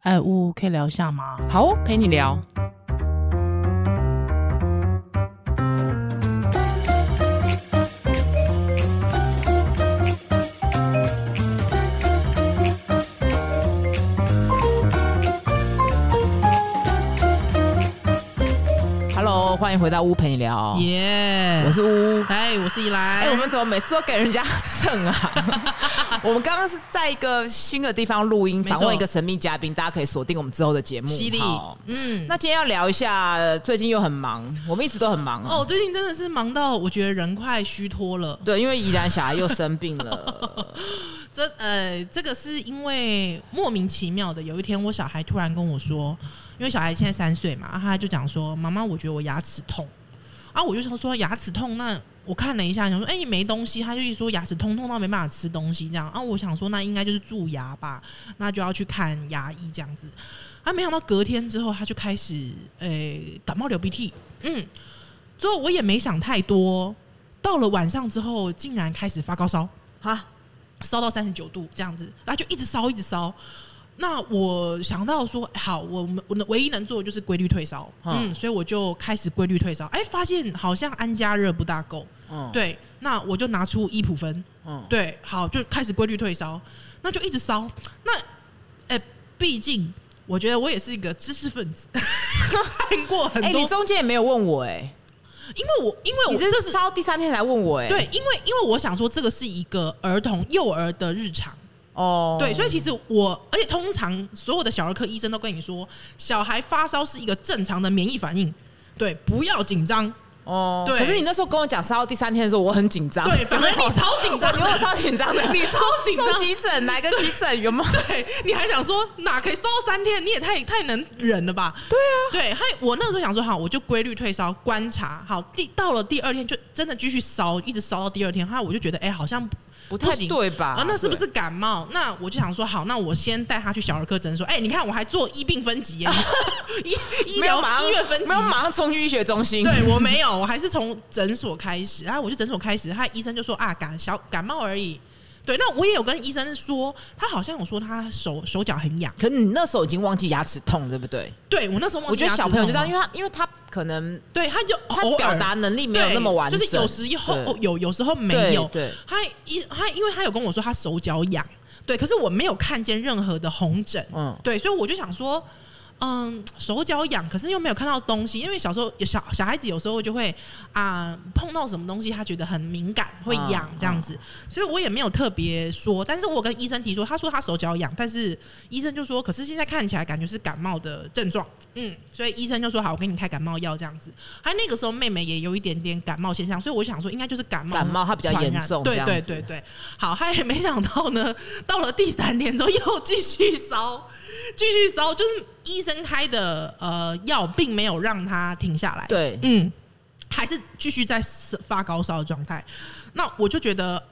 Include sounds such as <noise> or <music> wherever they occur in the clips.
哎，呜，可以聊一下吗？好哦，陪你聊。Hello，欢迎回到屋陪你聊，耶我是屋。哎，我是依兰。哎、我们怎么每次都给人家蹭啊？ <laughs> 我们刚刚是在一个新的地方录音，没错访问一个神秘嘉宾，大家可以锁定我们之后的节目。犀利好，嗯，那今天要聊一下，呃最近又很忙，我们一直都很忙哦，哦。我最近真的是忙到我觉得人快虚脱了。对，因为怡然小孩又生病 <laughs> 了，这呃，这个是因为莫名其妙的，有一天我小孩突然跟我说，因为小孩现在三岁嘛，啊他就讲说：“妈妈，我觉得我牙齿痛。”啊，我就想说牙齿痛，那我看了一下，想说：“哎、没东西。”他就一直说牙齿痛，痛到没办法吃东西这样。啊，我想说那应该就是蛀牙吧，那就要去看牙医这样子。啊，没想到隔天之后他就开始呃感冒流鼻涕，嗯，之后我也没想太多，到了晚上之后竟然开始发高烧。哈，烧到三十九度这样子，然后就一直烧一直烧。那我想到说，好，我们我唯一能做的就是规律退烧，嗯嗯，所以我就开始规律退烧。哎，发现好像安家热不大够，嗯，，哦对，那我就拿出伊普芬，嗯，对，好，就开始规律退烧，那就一直烧。那，哎，毕竟我觉得我也是一个知识分 <laughs> 子，看过很哎、多，你中间也没有问我、哎，因为我因为我你这是超第三天才问我、哎，，对，因为因为我想说这个是一个儿童幼儿的日常。哦，对，所以其实我，而且通常所有的小儿科医生都跟你说，小孩发烧是一个正常的免疫反应，对，不要紧张，哦，对可是你那时候跟我讲烧到第三天的时候，我很紧张，对，反正有没有你超紧张我我的，超紧张的，你超紧张送急诊哪个急诊有吗？对，你还想说哪可以烧三天？你也太太能忍了吧？对啊，对，还我那时候想说，好，我就规律退烧观察，好，第到了第二天就真的继续烧，一直烧到第二天，还有我就觉得，哎、好像不太行对吧？啊，那是不是感冒？那我就想说，好，那我先带他去小儿科诊所。哎、你看我还做医病分 <laughs> 级耶，医医没有疗马上医院分级，没有马上冲去医学 <laughs> 中心？对我没有，我还是从诊所开始，然后我就诊所开始，他医生就说啊感小感冒而已。对，那我也有跟医生说，他好像有说他手手脚很痒。可是你那时候已经忘记牙齿痛，对不对？对我那时候忘记我觉得牙齿小朋友就这痛样，因了为他因为他可能对他就他偶尔表达能力没有那么完整，对就是有时候对哦有，有时候没有。对对他一他因为他有跟我说他手脚痒，对，可是我没有看见任何的红疹，嗯对，所以我就想说，嗯，手脚痒，可是又没有看到东西，因为小时候小小孩子有时候就会啊、碰到什么东西，他觉得很敏感，会嗯痒这样子，所以我也没有特别说，但是我跟医生提出，他说他手脚痒，但是医生就说，可是现在看起来感觉是感冒的症状，嗯，所以医生就说好，我给你开感冒药这样子。还那个时候妹妹也有一点点感冒现象，所以我想说应该就是感冒感冒它比较传染严重对这样对子对对，好，她也没想到呢， <laughs> 到了第三天之后又继续烧， <laughs> 继续烧，就是医生开的呃药并没有让她停下来，对嗯，还是继续在发高烧的状态。那我就觉得，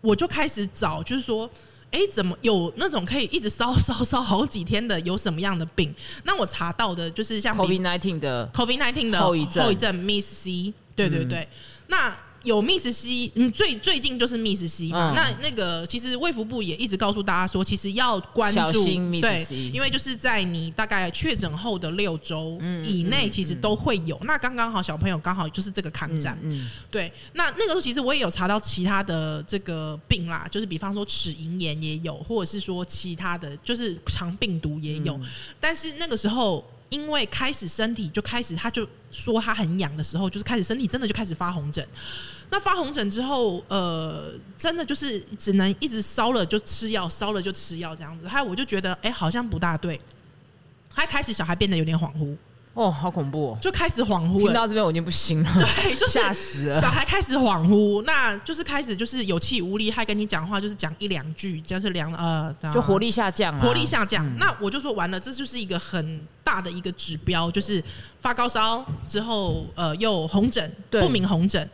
我就开始找，就是说，哎、怎么有那种可以一直烧 <laughs> 烧烧好几天的，有什么样的病？那我查到的就是像啊 COVID nineteen 的 COVID nineteen 的后遗症嗯后遗症 Miss C，对对对，那。有 Miss C，嗯，最最近就是 Miss C 嘛。嗯那那个其实卫福部也一直告诉大家说，其实要关小注心 Miss 对 C 因为就是在你大概确诊后的六周嗯以内，其实都会有。那刚刚好小朋友刚好就是这个抗战，嗯，对，那那个时候其实我也有查到其他的这个病啦，就是比方说齿龈炎也有，或者是说其他的，就是肠病毒也有。嗯但是那个时候，因为开始身体就开始，他就说他很痒的时候，就是开始身体真的就开始发红疹。那发红疹之后，呃，真的就是只能一直烧了就吃药，烧了就吃药这样子。还有我就觉得，哎、好像不大对。还开始小孩变得有点恍惚，哦，好恐怖哦！就开始恍惚听了。到这边我已经不行了，对，就是 <laughs> 吓死 <laughs> 了小孩开始恍惚，那就是开始就是有气无力，还跟你讲话就是讲一两句，就是两呃，就活力下降啊，活力下降。那我就说完了，这就是一个很大的一个指标，就是发高烧之后，呃，又红疹，对不明红疹，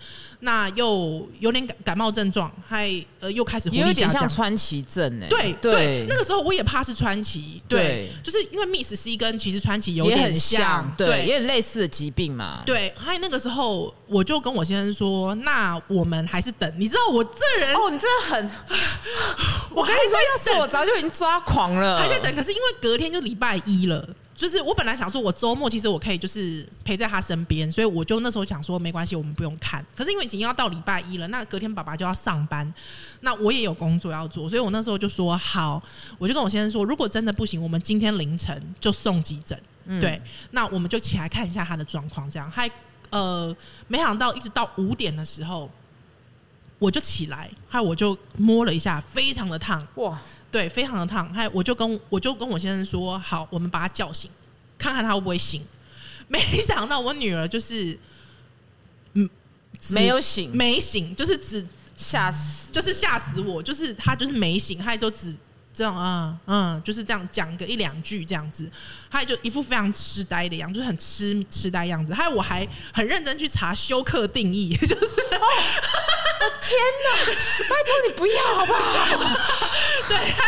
那又有点感感冒症状，还呃又开始活也有力下点像降。川崎症哎、对对，那个时候我也怕是川崎，对，就是因为 Miss C 跟其实川崎有也点很像，对，对，也很类似的疾病嘛。对，还有那个时候我就跟我先生说，那我们还是等。你知道我这人，哦，你真的 <laughs> 很，我还跟你说，要在是我等早就已经抓狂了，还在等，可是因为隔天就礼拜一了。就是我本来想说，我周末其实我可以就是陪在他身边，所以我就那时候想说没关系，我们不用看。可是因为已经要到礼拜一了，那隔天爸爸就要上班，那我也有工作要做，所以我那时候就说好，我就跟我先生说，如果真的不行，我们今天凌晨就送急诊。对，那我们就起来看一下他的状况，这样还呃，没想到一直到五点的时候，我就起来，还我就摸了一下，非常的烫，哇，对，非常的烫。还我就跟我就跟我先生说，好，我们把他叫醒，看看他会不会醒。 <laughs> 没想到我女儿就是，嗯，只没有醒没醒，就是只吓死！就是吓死我，就是她就是没醒，她就只这样啊嗯，就是这样讲个一两句这样子，她就一副非常痴呆的样子，就是很痴痴呆样子。还有我还很认真去查休克定义， <laughs> 就是天哪，拜托你不要好不好？对，还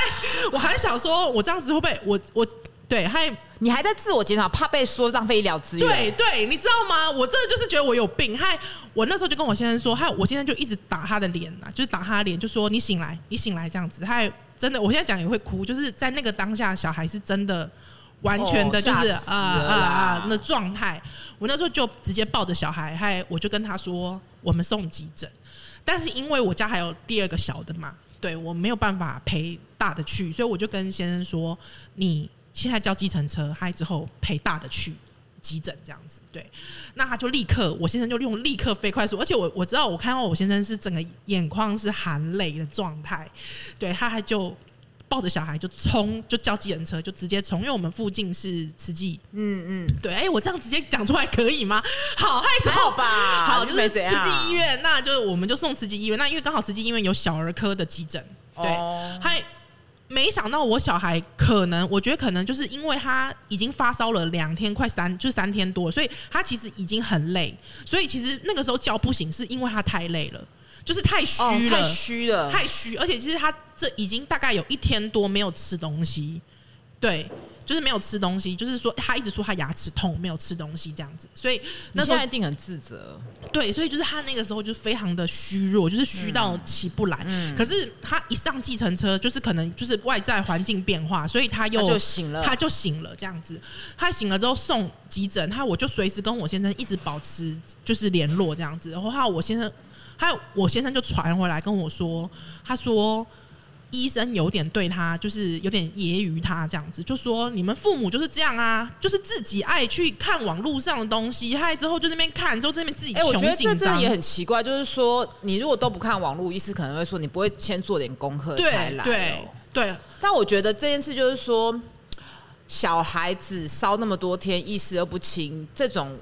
我还想说我这样子会不会我我对还 <laughs> 你还在自我检讨，怕被说浪费医疗资源。对对，你知道吗？我真的就是觉得我有病，害我那时候就跟我先生说，害我先生就一直打他的脸啊，就是打他的脸，就说你醒来，你醒来这样子，害真的，我现在讲也会哭，就是在那个当下，小孩是真的完全的哦就是吓啊死了啊啦啊那状态，我那时候就直接抱着小孩，害我就跟他说我们送急诊，但是因为我家还有第二个小的嘛，对我没有办法陪大的去，所以我就跟先生说，你现在叫计程车，嗨之后陪大的去急诊这样子。对，那他就立刻，我先生就用立刻飞快速，而且我我知道，我看到我先生是整个眼眶是含泪的状态，对，他还就。抱着小孩就冲，就叫计程车，就直接冲，因为我们附近是慈济，嗯嗯，对，哎、我这样直接讲出来可 <laughs> 以吗？好，嗨之还后好吧好，你就没是慈怎样济医院，那就我们就送慈济医院。那因为刚好慈济医院有小儿科的急诊，对，哦还没想到我小孩可能，我觉得可能就是因为他已经发烧了两天，快三就三天多，所以他其实已经很累，所以其实那个时候叫不醒，是因为他太累了，就是太虚哦，了，太虚了，嗯太虚，而且其实他这已经大概有一天多没有吃东西，对。就是没有吃东西，就是说他一直说他牙齿痛，没有吃东西这样子，所以那你时候现在一定很自责，对，所以就是他那个时候就非常的虚弱，就是虚到起不来。可是他一上计程车，就是可能就是外在环境变化，所以他又他就醒了他就醒了这样子。他醒了之后送急诊，他我就随时跟我先生一直保持就是联络这样子。然后还有我先生，还有我先生就传回来跟我说，他说。医生有点对他，就是有点揶揄他这样子，就说你们父母就是这样啊，就是自己爱去看网络上的东西，害之后就那边看，之后在那边自己哎、我穷觉得这紧真张的。也很奇怪，就是说，你如果都不看网络，医师可能会说你不会先做点功课才对来、哦对。对但我觉得这件事就是说，小孩子烧那么多天，意识又不清，这种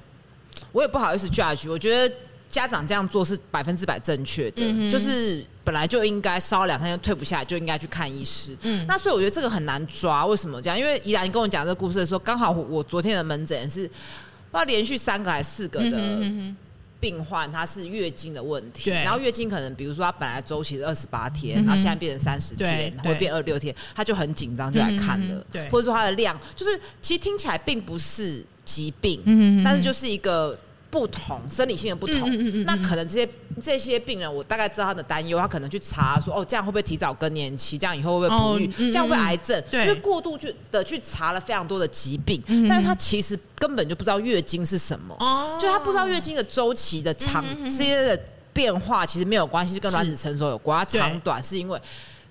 我也不好意思 judge。我觉得家长这样做是百分之百正确的，就是本来就应该烧两三天退不下来，就应该去看医师。嗯，那所以我觉得这个很难抓，为什么这样？因为怡然你跟我讲这个故事的时候，刚好我昨天的门诊是。不知道连续三个还是四个的病患他是月经的问题，对然后月经可能比如说他本来周期是二十八天，然后现在变成三十天，对或者变二六天，他就很紧张就来看了，嗯哼对或者说他的量就是其实听起来并不是疾病，嗯哼但是就是一个。不同生理性的不同，嗯嗯嗯嗯嗯那可能这些这些病人，我大概知道他的担忧，他可能去查说，哦，这样会不会提早更年期？这样以后会不会不育？哦嗯这样会不会癌症？对嗯就是过度去的去查了非常多的疾病，但是他其实根本就不知道月经是什么。哦就他不知道月经的周期的嗯长这些的变化，其实没有关系，是跟是卵子成熟有关，它对长短是因为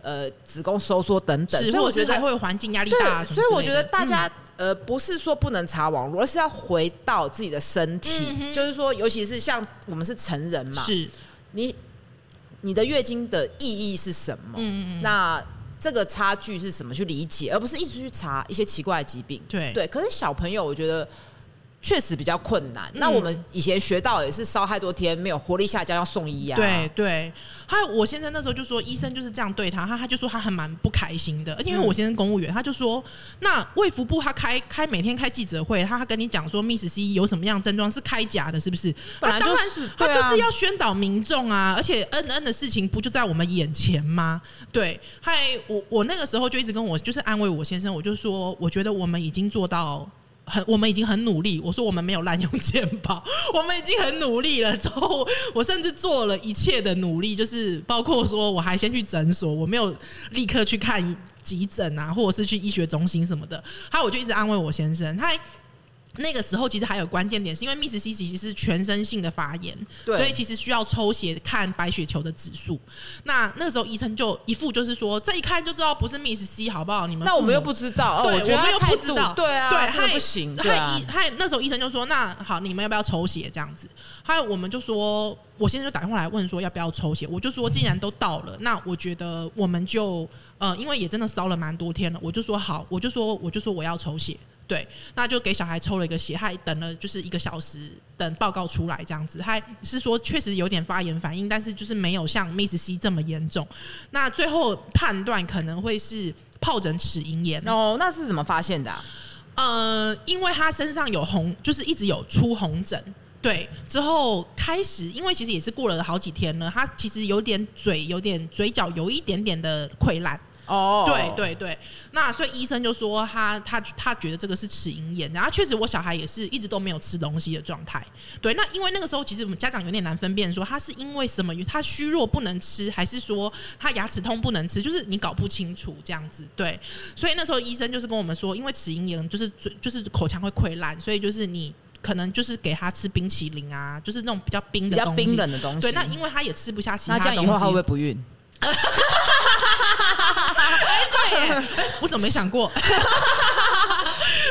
呃子宫收缩等等，是所以我或者觉是还得会有环境压力对大，啊什么所以我之类觉得的嗯大家。呃，不是说不能查网络，而是要回到自己的身体，就是说，尤其是像我们是成人嗯嘛，是你你的月经的意义是什嗯么？那这个差距是什么去理解，而不是一直去查一些奇怪的疾病。对对，可是小朋友，我觉得确实比较困难。嗯那我们以前学到也是烧太多天没有活力下降要送医啊，对对，还有我先生那时候就说，医生就是这样对他，他他就说他还蛮不开心的，而且因为我先生公务员，他就说，那卫福部他开开每天开记者会，他跟你讲说 Miss C 有什么样的症状是开假的，是不是？本来他当然就是他对就啊是要宣导民众啊，而且恩恩的事情不就在我们眼前吗？对，还我我那个时候就一直跟我就是安慰我先生，我就说，我觉得我们已经做到。很，我们已经很努力。我说我们没有滥用健保， <laughs> 我们已经很努力了。之后我甚至做了一切的努力，就是包括说我还先去诊所，我没有立刻去看急诊啊，或者是去医学中心什么的。还有我就一直安慰我先生，他还那个时候其实还有关键点，是因为 Miss C 其实是全身性的发炎，对所以其实需要抽血看白血球的指数。那那个时候医生就一副就是说，这一看就知道不是 Miss C，好不好？你们那我们又不。不知道，哦，对，觉得们他又态不度知道，对啊，对，这个还不行，对还啊医，还那时候医生就说，那好，你们要不要抽血这样子？还有我们就说，我先生就打电话来问说要不要抽血，我就说既然都到了，那我觉得我们就呃，因为也真的烧了蛮多天了，我就说好，我就说我就说我要抽血。对，那就给小孩抽了一个血，还等了就是一个小时，等报告出来这样子。还是说确实有点发炎反应，但是就是没有像 Miss C 这么严重。那最后判断可能会是疱疹齿龈炎。哦，那是怎么发现的啊？呃，因为他身上有红，就是一直有出红疹。对，之后开始，因为其实也是过了好几天了，他其实有点嘴，有点嘴角有一点点的溃烂。哦，对对对，那所以医生就说他他他觉得这个是齿龈炎，然后确实我小孩也是一直都没有吃东西的状态。对，那因为那个时候其实我们家长有点难分辨，说他是因为什么他虚弱不能吃，还是说他牙齿痛不能吃，就是你搞不清楚这样子。对，所以那时候医生就是跟我们说，因为齿龈炎就是嘴就是口腔会溃烂，所以就是你。可能就是给他吃冰淇淋啊，就是那种比较冰比的较东西。冰冷的东西。对，那因为他也吃不下其他那东这西。哎样以后他会不会不孕？ <laughs> 我怎么没想过？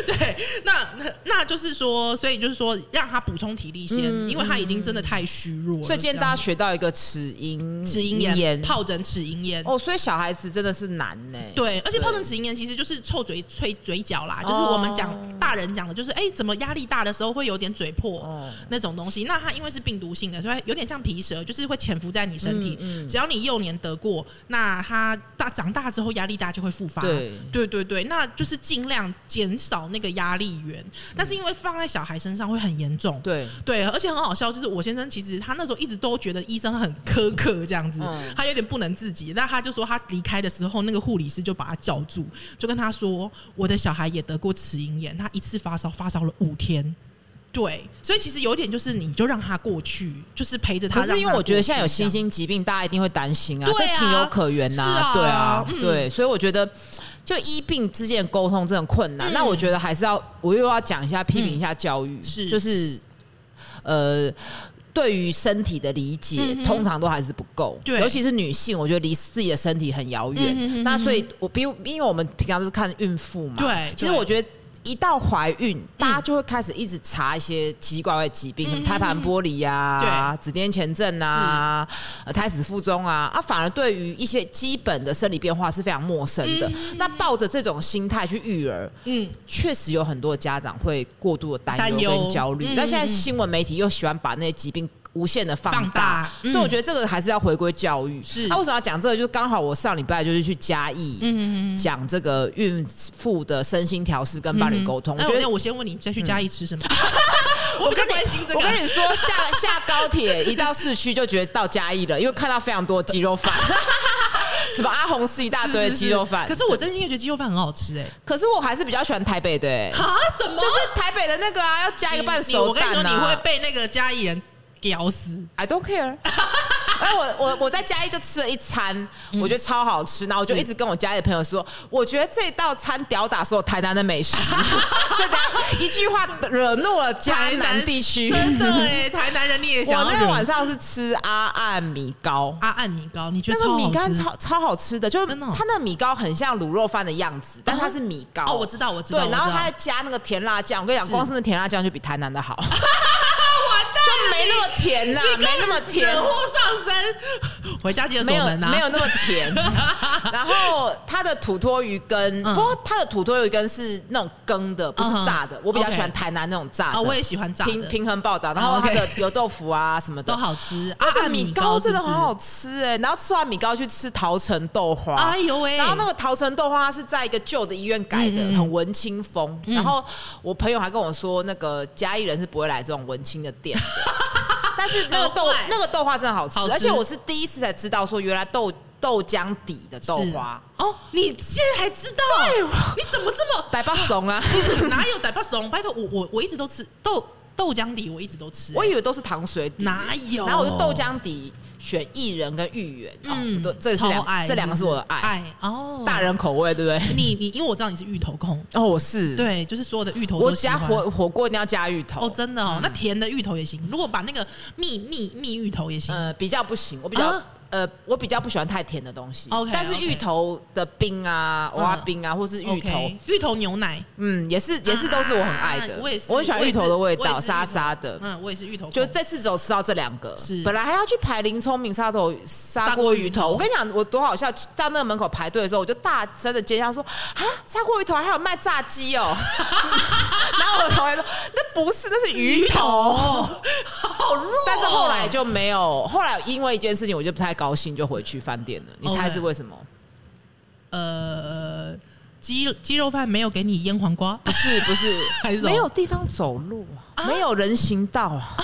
对，那那那就是说，所以就是说，让他补充体力先，因为他已经真的太虚弱了。 <laughs> 嗯所以今天大家家学到一个齿龈齿龈炎、疱疹、齿龈炎。哦，所以小孩子真的是难呢、对，而且对哦疱疹齿龈炎其实就是臭嘴吹嘴角啦，就是我们讲大人讲的，就是哎、怎么压力大的时候会有点嘴破、哦那种东西。那它因为是病毒性的，所以有点像皮蛇，就是会潜伏在你身体。嗯只要你幼年得过，那它大长大之后压力大就会复发。对对对对，那就是尽量减少那个压力源，嗯但是因为放在小孩身上会很严重。对，对，而且很好笑，就是我先生其实他那时候一直都觉得医生很苛刻这样子，嗯他有点不能自己。那他就说他离开的时候，那个护理师就把他叫住，就跟他说：“我的小孩也得过齿龈炎，他一次发烧发烧了五天。”对，所以其实有点就是你就让他过去，就是陪着他。可是因为我觉得现在有新星星，兴疾病，大家一定会担心啊，对这啊情有可原呐、是对啊啊，嗯对，所以我觉得就医病之间的沟通真的很困难。嗯那我觉得还是要，我又要讲一下，批评一下教育，是就是呃。对于身体的理解，嗯哼通常都还是不够，对尤其是女性，我觉得离自己的身体很遥远。嗯哼嗯哼那所以我，比如因为我们平常都是看孕妇嘛，对其实对我觉得一到怀孕，嗯大家就会开始一直查一些奇奇怪怪的疾病，什么胎盘剥离啊、对子癫前症啊、呃胎死腹中啊，啊，反而对于一些基本的生理变化是非常陌生的。那抱着这种心态去育儿，嗯，确实有很多家长会过度的担担忧忧跟焦虑嗯。那、现在新闻媒体又喜欢把那些疾病。无限的放大，放大嗯所以我觉得这个还是要回归教育。啊是那、为什么要讲这个？就是嗯刚好我上礼拜就是去嘉义，讲这个孕妇的身心调试跟伴侣沟通。哎我觉那得嗯我先问你，再去嘉义吃什么？ <laughs> 我比较关心这个我。跟你说，下下高铁一到市区就觉得到嘉义了，因为看到非常多鸡肉 <laughs> 饭，什么阿红是一大是堆是鸡是肉饭。可是我真心也觉得鸡肉饭很好吃哎、可是我还是比较喜欢台北的、欸，啊什么？ <laughs> 就是台北的那个啊，要加一个半你你熟我跟你蛋说，你会啊。被那个嘉义人屌死。 I don't care。哎，我我我在嘉义就吃了一餐，嗯我觉得超好吃，然后我就一直跟我家里的朋友说，我觉得这道餐吊打所有台南的 <laughs> 美食，所以这样一句话惹怒了嘉南地区。真的哎、 <laughs> 台南人你也欸我想要那天惹晚上是吃阿岸米糕，阿岸米糕，你觉得那超个好吃米干超超好吃的，就是真的哦它那个米糕很像卤肉饭的样子，但它是米糕。哦我知道我知道对，我知然道后它还加那个甜辣酱，我跟你讲，是光是那甜辣酱就比台南 <laughs> 的好，就没那么甜呐，没那么甜。惹祸上身。回家记得锁没有门啊，没有那么 <laughs> 甜。然后它的土托鱼羹，嗯不过它的土托鱼羹是那种羹的，不是嗯哼炸的。我比较 OK 喜欢台南那种炸啊，的，我也喜欢炸平的，平衡报道。然哦后，OK 它的油豆腐啊什么的都。好吃啊那，个按米糕糕真的是不很是好吃哎，然后吃完米糕去吃桃城豆花，哎呦喂，然后那个桃城豆花它是在一个旧的医院改的，嗯嗯嗯嗯很文青风。然后我朋友还跟我说，那个嘉义人是不会来这种文青的 <laughs> 店的。但是那个豆好坏那个豆花真的好吃，好吃而且我是第一次才知道说原来豆豆浆底的豆花，是哦，你现在还知道？啊你怎么这么呆巴 <laughs> 怂啊！哪有歹巴怂？拜托，我我我一直都吃豆豆浆底，我一直都吃、我以为都是糖水底，哪有？啊然后我就豆，浆底选薏仁跟芋圆，嗯，嗯，都这是超两爱，这两个是我的爱爱，哦。大，人口味对不对？你你因为我知道你是芋头控，哦，我是，对，就是所有的芋头我都喜加欢。火嗯火锅一定要加芋头哦，真的哦，那甜的芋头也行。如果把那个蜜蜜蜜芋头也行，呃，比较不行，我比较、啊呃，我比较不喜欢太甜的东西。 OK，但是 OK 芋头的冰啊、嗯娃娃冰啊，或是芋头 OK，芋头牛奶，嗯，也是也是都是我很爱的。啊我也是很喜欢芋头的味我也道，是沙沙的。嗯，我也是芋头控。呃就这次只有吃到这两个是，本来还要去排林聪明沙头砂锅鱼头。砂锅鱼头我跟你讲，我多好笑！到那个门口排队的时候，我就大声的尖叫说：“啊，砂锅鱼头还有卖炸鸡 <laughs> 哦！”然后我的同学说：“那不是，那是鱼头。”好弱哦、 <laughs> 但是后来就没有，后来因为一件事情，我就不太高兴，就回去饭店了。你猜 OK 是为什么？呃，鸡鸡肉饭没有给你腌黄瓜，不 <laughs> 是不是还是什么没有地方走路啊，没有人行道啊，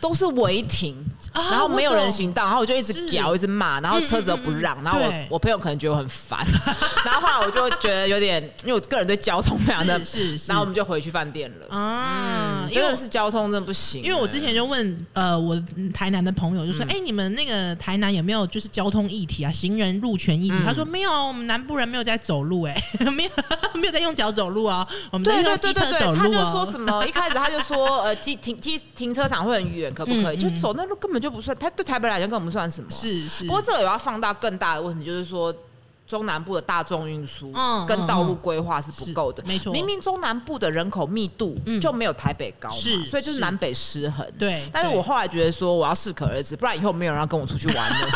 都是违停，啊然后没有我懂人行道，然后我就一直是嗯屌，一直骂，然后车子又不让，然后我对我朋友可能觉得我很烦， <laughs> 然后后来我就觉得有点，因为我个人对交通非常的是，是是，然后我们就回去饭店了。啊，因嗯真为的是交通真的不行，啊因为我之前就问呃我嗯台南的朋友，就说哎、诶你们那个台南有没有就是交通议题啊，行人路权嗯议题？他说没有啊，我们南部人没有在走路、欸， <laughs> 哎，没有没有在用脚走路啊，我们在对对用对机对车走对，他路就啊。说 <laughs> 什么？一开始他就说，呃，机停机停车场会很远，可不可以？嗯就嗯走那路根本就不算，他对台北来讲根本不算什么。，啊是是，不过这个有要放大更大的问题，就是说。中南部的大众运输嗯跟道路规划是不够的，嗯嗯是没错明明中南部的人口密度嗯就没有台北高嘛，是所以就是是南北失衡。对但是对我后来觉得说，我要适可而止，不然以后没有人要跟我出去玩了。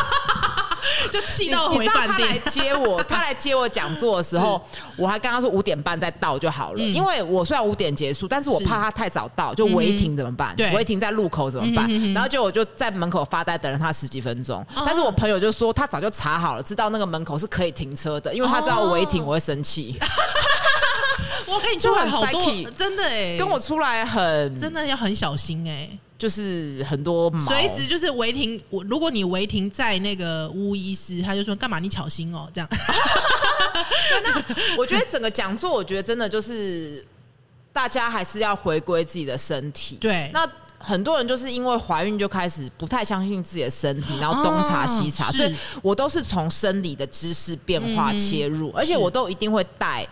就气你到你回知道饭他来店接 <laughs> 我，他来接我讲座的时候，我还跟他说五点半再到就好了，嗯因为我虽然五点结束，但是我是嗯怕他太早到，就违停怎么办？对嗯违停在路口怎么办？然后结果我就在门口发呆等了他十几分钟，哦但是我朋友就说他早就查好了，知道那个门口是可以停车的，因为他知道哦违停我会生气，我跟你就说很好 psyche 多真的哎、跟我出来很真的要很小心哎、就是很多毛，随时就是违停，我如果你违停在那个巫医师，他就说干嘛你巧心哦，这样我觉得整个讲座，我觉得真的就是大家还是要回归自己的身体。对那很多人就是因为怀孕就开始不太相信自己的身体，然后东查西查，啊所以是嗯我都是从生理的知识变化切入，而且我都一定会带。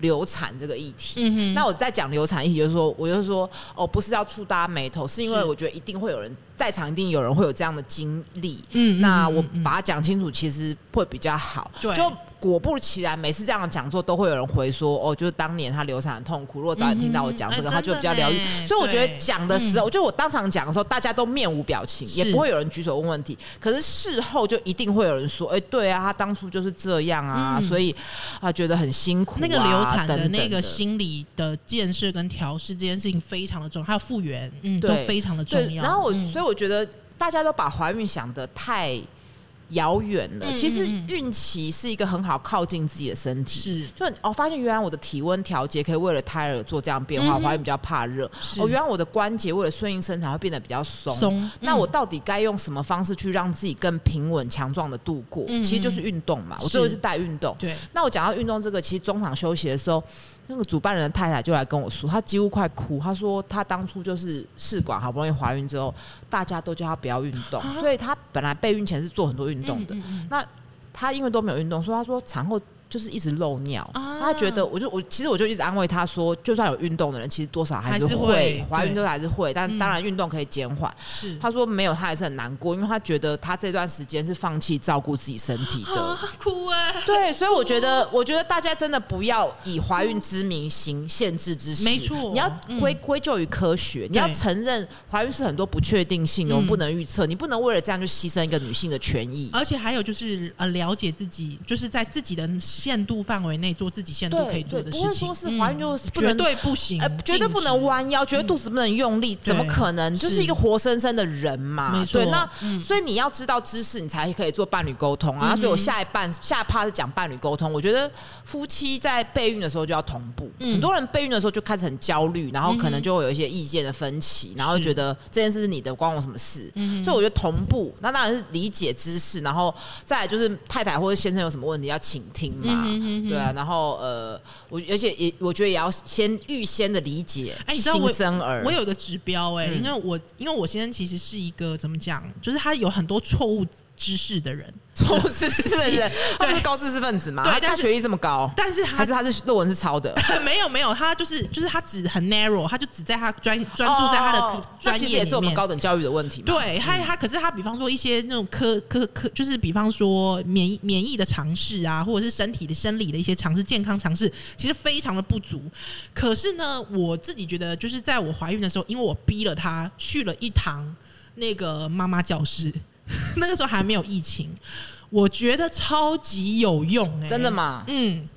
流产这个议题，嗯哼那我在讲流产议题，就是说，我就说，哦，不是要触大家眉头，是因为是我觉得一定会有人在场，一定有人会有这样的经历，嗯嗯那嗯我嗯嗯把它讲清楚，其实会比较好。对就果不其然，每次这样的讲座都会有人回说，哦，就是当年他流产很痛苦，如果早点听到我讲这嗯个，哎他就比较疗愈真的。呢所以我觉得对嗯讲的时候，就我当场讲的时候，大家都面无表情，也是不会有人举手问问题。可是事后就一定会有人说，哎，对啊，他当初就是这样啊，嗯所以啊觉得很辛苦啊。那个流产等的等那个心理的建设跟调试这件事情非常的重要，还有复原，嗯，都对非常的重对，要。然后我、嗯所以我觉得大家都把怀孕想得太遥远了。嗯其实嗯嗯孕期是一个很好靠近自己的身体。是就哦，发现原来我的体温调节可以为了胎儿做这样变嗯化，哼怀孕比较怕热。是哦，原来我的关节为了顺应生产会变得比较松。松那嗯我到底该用什么方式去让自己更平稳、强壮的度过？嗯其实就是运动嘛。我最后是带运动。对那我讲到运动这个，其实中场休息的时候，那个主办人的太太就来跟我说，她几乎快哭。她说她当初就是试管好不容易怀孕之后，大家都叫她不要运动，所以她本来备孕前是做很多运动的。啊嗯嗯嗯那她因为都没有运动，所以她说产后就是一直漏尿，啊他觉得我就我其实我就一直安慰他说，就算有运动的人，其实多少还还是会会怀孕对都还是会，但嗯当然运动可以减缓。是他说没有，他还是很难过，因为他觉得他这段时间是放弃照顾自己身体的啊。哭哎、 <laughs> 对，所以我觉得，我觉得大家真的不要以怀孕之名行限制之事，没错你要嗯归归咎于科学，你要承认怀孕是很多不确定性的，我们嗯啊不能预测，你不能为了这样就牺牲一个女性的权益。而且还有就是呃，了解自己，就是在自己的限度范围内做自己限度可以做的事不情，嗯会说是怀孕就是不绝能对不行，呃，绝对不能弯。弯腰，绝对肚子不能用力，怎么可能？就是一个活生生的人嘛嗯没。错对，那、嗯所以你要知道知识，你才可以做伴侣沟通啊。嗯哼所以我下一半下一趴是讲伴侣沟通，我觉得夫妻在备孕的时候就要同步。嗯很多人备孕的时候就开始很焦虑，然后可能就会有一些意见的分歧，然后觉得这件事是你的，关我什么事？嗯哼所以我觉得同步，那当然是理解知识，然后再来就是太太或者先生有什么问题要倾听嘛。嗯哼嗯哼对啊，然后呃，我而且也我觉得也要先预先的理解哎你知道新生儿，我有一个指标哎、嗯因为我因为我先生其实是一个怎么讲，就是他有很多错误知识的人，从 <laughs> 知识的人，他不是对高知识分子嘛？对他他但是学历这么高，但是还他是他是论文是抄的？没有没有，他就是就是他只很 narrow，他就只在他专专注在他哦的那专其实业也是里我们面。高等教育的问题嘛？对，他他可是他，比方说一些那种科科科，就是比方说免疫免疫的尝试啊，或者是身体的生理的一些尝试、健康尝试，其实非常的不足。可是呢，我自己觉得，就是在我怀孕的时候，因为我逼了他去了一堂那个妈妈教室， <laughs> 那个时候还没有疫情，我觉得超级有用、欸，真的？吗？嗯，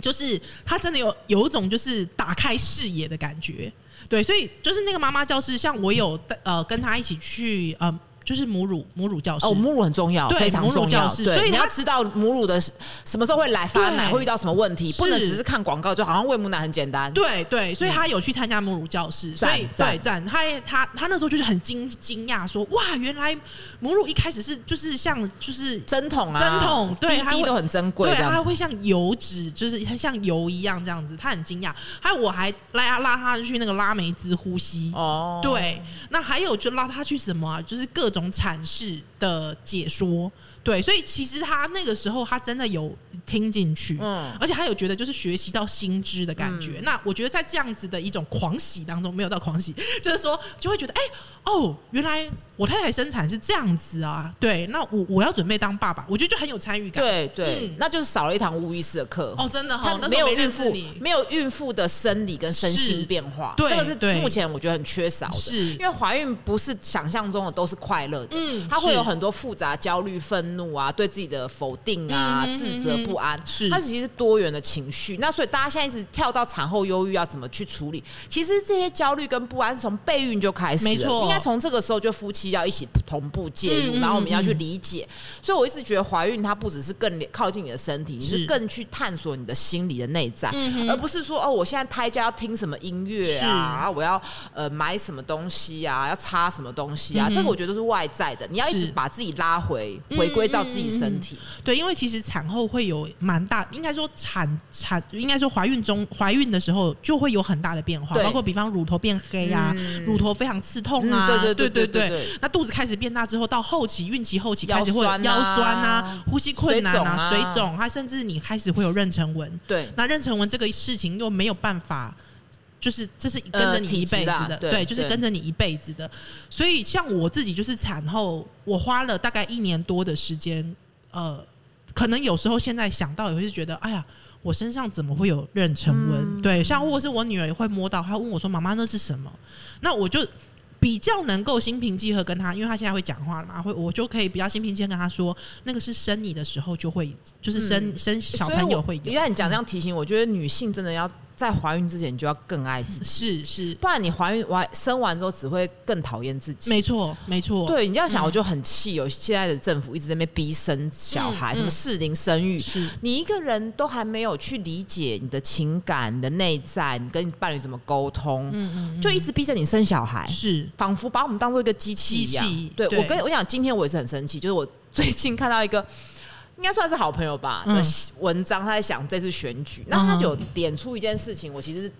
就是他真的有有一种就是打开视野的感觉。对，所以就是那个妈妈教室，像我有呃跟他一起去呃，就是母乳母乳教室。哦，母乳很重要，对非常重母乳要。教室对所以你它要知道母乳的什么时候会来发奶，对会遇到什么问题，是不能只是看广告，就好像喂母奶很简单。对对，所以他有去参加母乳教室，所赞以嗯赞对赞，他也他他那时候就是很惊惊讶说，哇，原来母乳一开始是就是像就是针筒啊，针筒对滴它滴会都很珍贵，对，这样它子。会像油脂，就是它像油一样这样子，他很惊讶。还有我还拉拉他去那个拉梅兹呼吸，哦，对，那还有就拉他去什么啊？就是各种阐释的解说，对，所以其实他那个时候他真的有听进去，嗯而且他有觉得就是学习到新知的感觉。那我觉得在这样子的一种狂喜当中，没有到狂喜，就是说就会觉得，哎、哦，原来我太太生产是这样子啊，对，那我我要准备当爸爸，我觉得就很有参与感。对对嗯，那就是少了一堂无意识的课。哦，真的哈、他哦，那时候没有没孕认识妇你，没有孕妇的生理跟身心是变化，对这个是对目前我觉得很缺少的。是因为怀孕不是想象中的都是快乐的，嗯它会是有很多复杂焦虑、愤怒啊，对自己的否定啊、嗯嗯嗯自责、嗯不安，是它其实是多元的情绪。那所以大家现在一直跳到产后忧郁要怎么去处理？其实这些焦虑跟不安是从备孕就开始了，没错应该从这个时候就夫妻要一起同步介入，嗯嗯然后我们要去嗯理解。所以我一直觉得怀孕它不只是更靠近你的身体，你是是更去探索你的心理的内在，嗯哼而不是说哦，我现在胎教要听什么音乐啊，我要呃买什么东西啊，要擦什么东西啊，这个我觉得都是外在的，你要一直嗯是嗯把自己拉回，回归到自己身体。对，因为其实产后会有蛮大，应该说产产，应该说怀孕中怀孕的时候就会有很大的变化，对包括比方乳头变黑啊，乳头非常刺痛啊，嗯对对对对对对对那肚子开始变大之后，到后期孕期后期开始会有腰酸腰啊酸啊、呼吸困难啊、水水肿啊肿，它甚至你开始会有妊娠纹。对，那妊娠纹这个事情又没有办法，就是这是跟着你呃体一质辈子啊的，对对，就是对跟着你一辈子的。所以像我自己，就是产后，我花了大概一年多的时间，呃，可能有时候现在想到也会是觉得，哎呀。我身上怎么会有妊娠纹？嗯对，像或者是我女儿也会摸到，她问我说：“妈妈，那是什么？”那我就比较能够心平气和跟她，因为她现在会讲话了嘛，会我就可以比较心平气和跟她说，那个是生你的时候就会，就是生、生小嗯所以朋友我会你有，看你讲这样提醒，我觉得女性真的要在怀孕之前就要更爱自己，是是，不然你怀孕完生完之后只会更讨厌自己。没错，没错，对你这样嗯想，我就很气，有现在的政府一直在那边逼生小孩，嗯什么嗯适龄生育，是你一个人都还没有去理解你的情感、你的内在，你跟伴侣怎么沟通，嗯就一直逼着你生小孩，是，仿佛把我们当做一个机器一样机器。对对我跟我想，今天我也是很生气，就是我最近看到一个。应该算是好朋友吧。的嗯文章他在想这次选举，那他有点出一件事情，我其实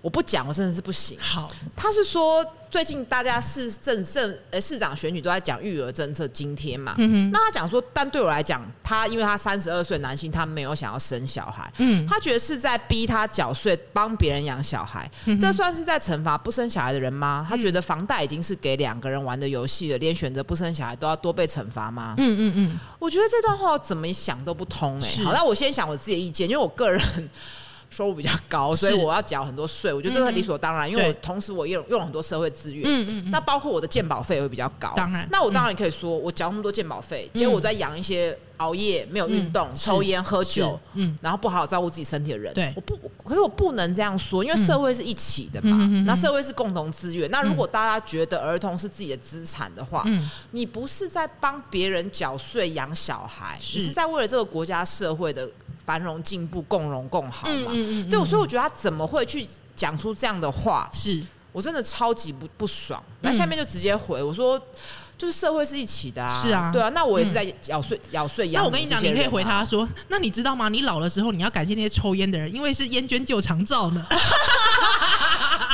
我不讲，我真的是不行。好，他是说，最近大家市政政呃市长选举都在讲育儿政策津贴嘛。那他讲说，但对我来讲，他因为他三十二岁男性，他没有想要生小孩，嗯他觉得是在逼他缴税，帮别人养小孩，这算是在惩罚不生小孩的人吗？他觉得房贷已经是给两个人玩的游戏了，连选择不生小孩都要多被惩罚吗？嗯嗯嗯，我觉得这段话我怎么想都不通哎、是好，那我先讲我自己的意见，因为我个人收入比较高，所以是我要缴很多税，我觉得这是很理所当然，因为我对同时我用用了很多社会资源。嗯嗯嗯那包括我的健保费也会比较高，当然嗯那我当然也可以说，我缴那么多健保费，结果我在养一些熬夜、没有运动、嗯是抽烟、喝酒是，嗯然后不好好照顾自己身体的人，对嗯我不，可是我不能这样说，因为社会是一起的嗯嗯嗯嘛嗯，那社会是共同资源。那如果大家觉得儿童是自己的资产的话，嗯，你不是在帮别人缴税养小孩，是你是在为了这个国家社会的繁荣进步共荣共好嘛？嗯嗯嗯对，嗯所以我觉得他怎么会去讲出这样的话，是我真的超级不不爽。嗯那下面就直接回我说。就是社会是一起的啊，是啊对啊，那我也是在缴税、缴税养那们我跟你这讲，些你人啊可以回他说：“那你知道吗？你老的时候，你要感谢那些抽烟的人，因为是烟捐救长照呢。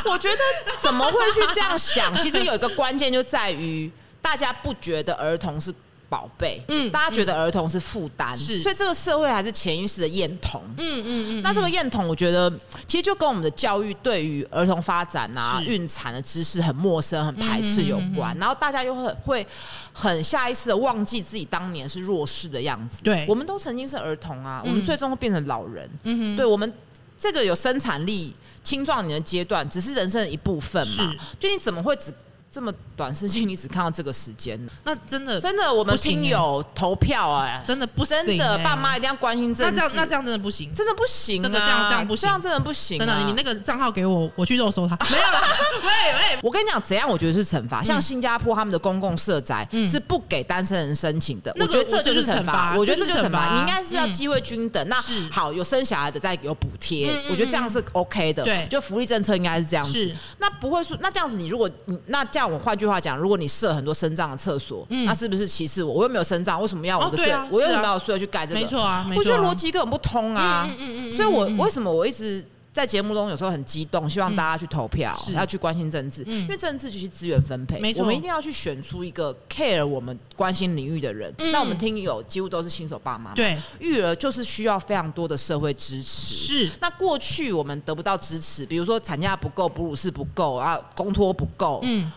我觉得怎么会去这样想？其实有一个关键就在于大家不觉得儿童是宝贝，嗯嗯，大家觉得儿童是负担，是所以这个社会还是潜意识的厌童。”嗯 <laughs> 嗯嗯，那这个验童，我觉得其实就跟我们的教育对于儿童发展啊、是嗯孕产的知识很陌生、很排斥有关，然后大家又很会很下意识的忘记自己当年是弱势的样子。对我们都曾经是儿童啊，我们嗯最终会变成老人。嗯哼对我们这个有生产力、青壮年的阶段，只是人生的一部分嘛。就你怎么会只这么短视近，你只看到这个时间呢？那真的真的，我们不行听欸友投票哎、真的不行真的欸爸妈一定要关心那政治。这样那这样真的不行，真的不行、啊，这个这样这样不行这样真的不行、真啊，的，你那个账号给我，我去肉 <laughs> 搜他。没有啦，喂喂，我跟你讲，怎样我觉得是惩罚。像新加坡他们的公共社宅嗯是不给单身人申请的，那我个觉得这就是惩罚。我我觉觉得这就得这就是是惩惩罚罚。你应该是要嗯机会均等。那是好，有生小孩的再有补贴嗯嗯，我觉得这样是 OK 的。对就福利政策应该是这样子是。那不会说，那这样子你如果你那这样，我换句话讲，如果你设很多身障的厕所，嗯那是不是歧视我？我又没有身障，为什么要我的哦对税啊？我又是啊没有税去盖这个？没错啊，没错啊我觉得逻辑根本不通啊。嗯嗯嗯嗯所以我嗯嗯为什么我一直在节目中有时候很激动，希望大家去投票，是要去关心政治，嗯因为政治就是资源分配没，错我们一定要去选出一个 care 我们关心领域的人。嗯那我们听友几乎都是新手爸妈，，对育儿就是需要非常多的社会支持。是那过去我们得不到支持，比如说产假不够、哺乳室不够啊、公托不够，嗯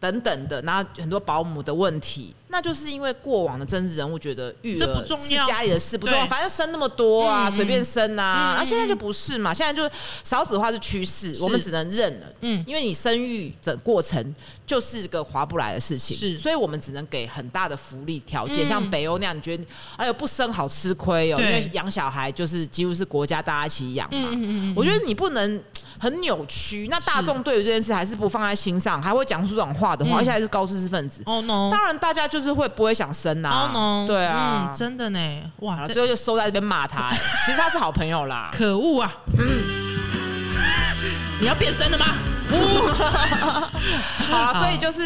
等等的，然后很多保姆的问题，那就是因为过往的政治人物觉得育这不儿重是要家里的事不重要，对反正生那么多啊，嗯随便生嗯啊，那、嗯现在就不是嘛，现在就少子化是趋势，我们只能认了。嗯因为你生育的过程就是个划不来的事情，是所以我们只能给很大的福利条件，嗯像北欧那样，你觉得哎呦不生好吃亏哦，因对为养小孩就是几乎是国家大家一起养嘛，嗯嗯嗯嗯我觉得你不能很扭曲，那大众对于这件事还是不放在心上，还会讲出这种话的话，嗯而且还是高知识分子。 ，Oh no，当然，大家就是会不会想生呐、 Oh no，啊对啊，嗯真的呢，哇，啊这最后就收在这边骂 <laughs> 他、欸其实他是好朋友啦，可恶啊！嗯 <laughs> 你要变身 <laughs> 了吗？好啦，所以就是，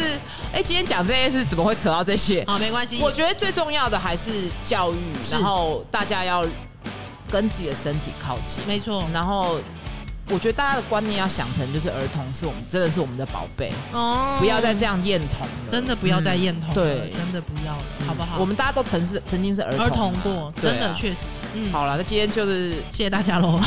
哎、今天讲这些事怎么会扯到这些？好，没关系，我觉得最重要的还是教育，哦是然后大家要跟自己的身体靠近，没错，然后。我觉得大家的观念要想成，就是儿童是我们真的是我们的宝贝，哦不要再这样厌童了，真的不要再嗯验童了，对真的不要了，好不好？我们大家都曾是曾经是儿童嘛儿童过，对啊真的确实，嗯，好了，那今天就是谢谢大家 <laughs> <laughs> 喽，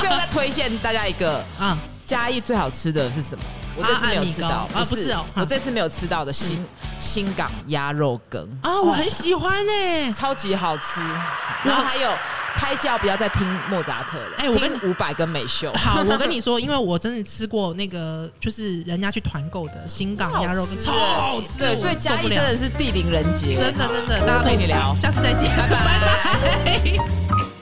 最后再推荐大家一个啊，嘉义最好吃的是什么？我这次没有吃到，啊啊不是哦我这次没有吃到的新、新港鸭肉羹啊，我哦很喜欢呢、超级好吃，然后还有胎教不要再听莫扎特了，哎我跟你听伍佰跟美秀，好，我 <laughs> 跟你说，因为我真的吃过那个，就是人家去团购的新港鸭肉羹，超好吃，哦对，所以我嘉受不义真了的是地灵人杰，真的真的，大家大家可陪以你聊，下次再见，拜拜。